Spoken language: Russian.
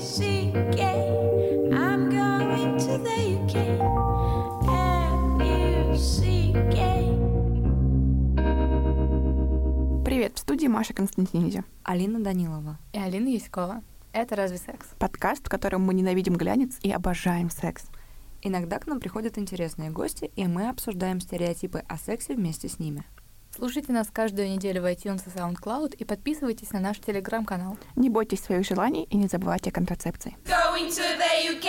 C.K. I'm going to the U.K. F.U.C.K.. Привет, в студии Маша Константиниди. Алина Данилова. и Алина Яськова. Это «Разве секс?». Подкаст, в котором мы ненавидим глянец и обожаем секс. Иногда к нам приходят интересные гости, и мы обсуждаем стереотипы о сексе вместе с ними. Слушайте нас каждую неделю в iTunes и SoundCloud и подписывайтесь на наш телеграм-канал. Не бойтесь своих желаний и не забывайте о контрацепции. Going to the U.K.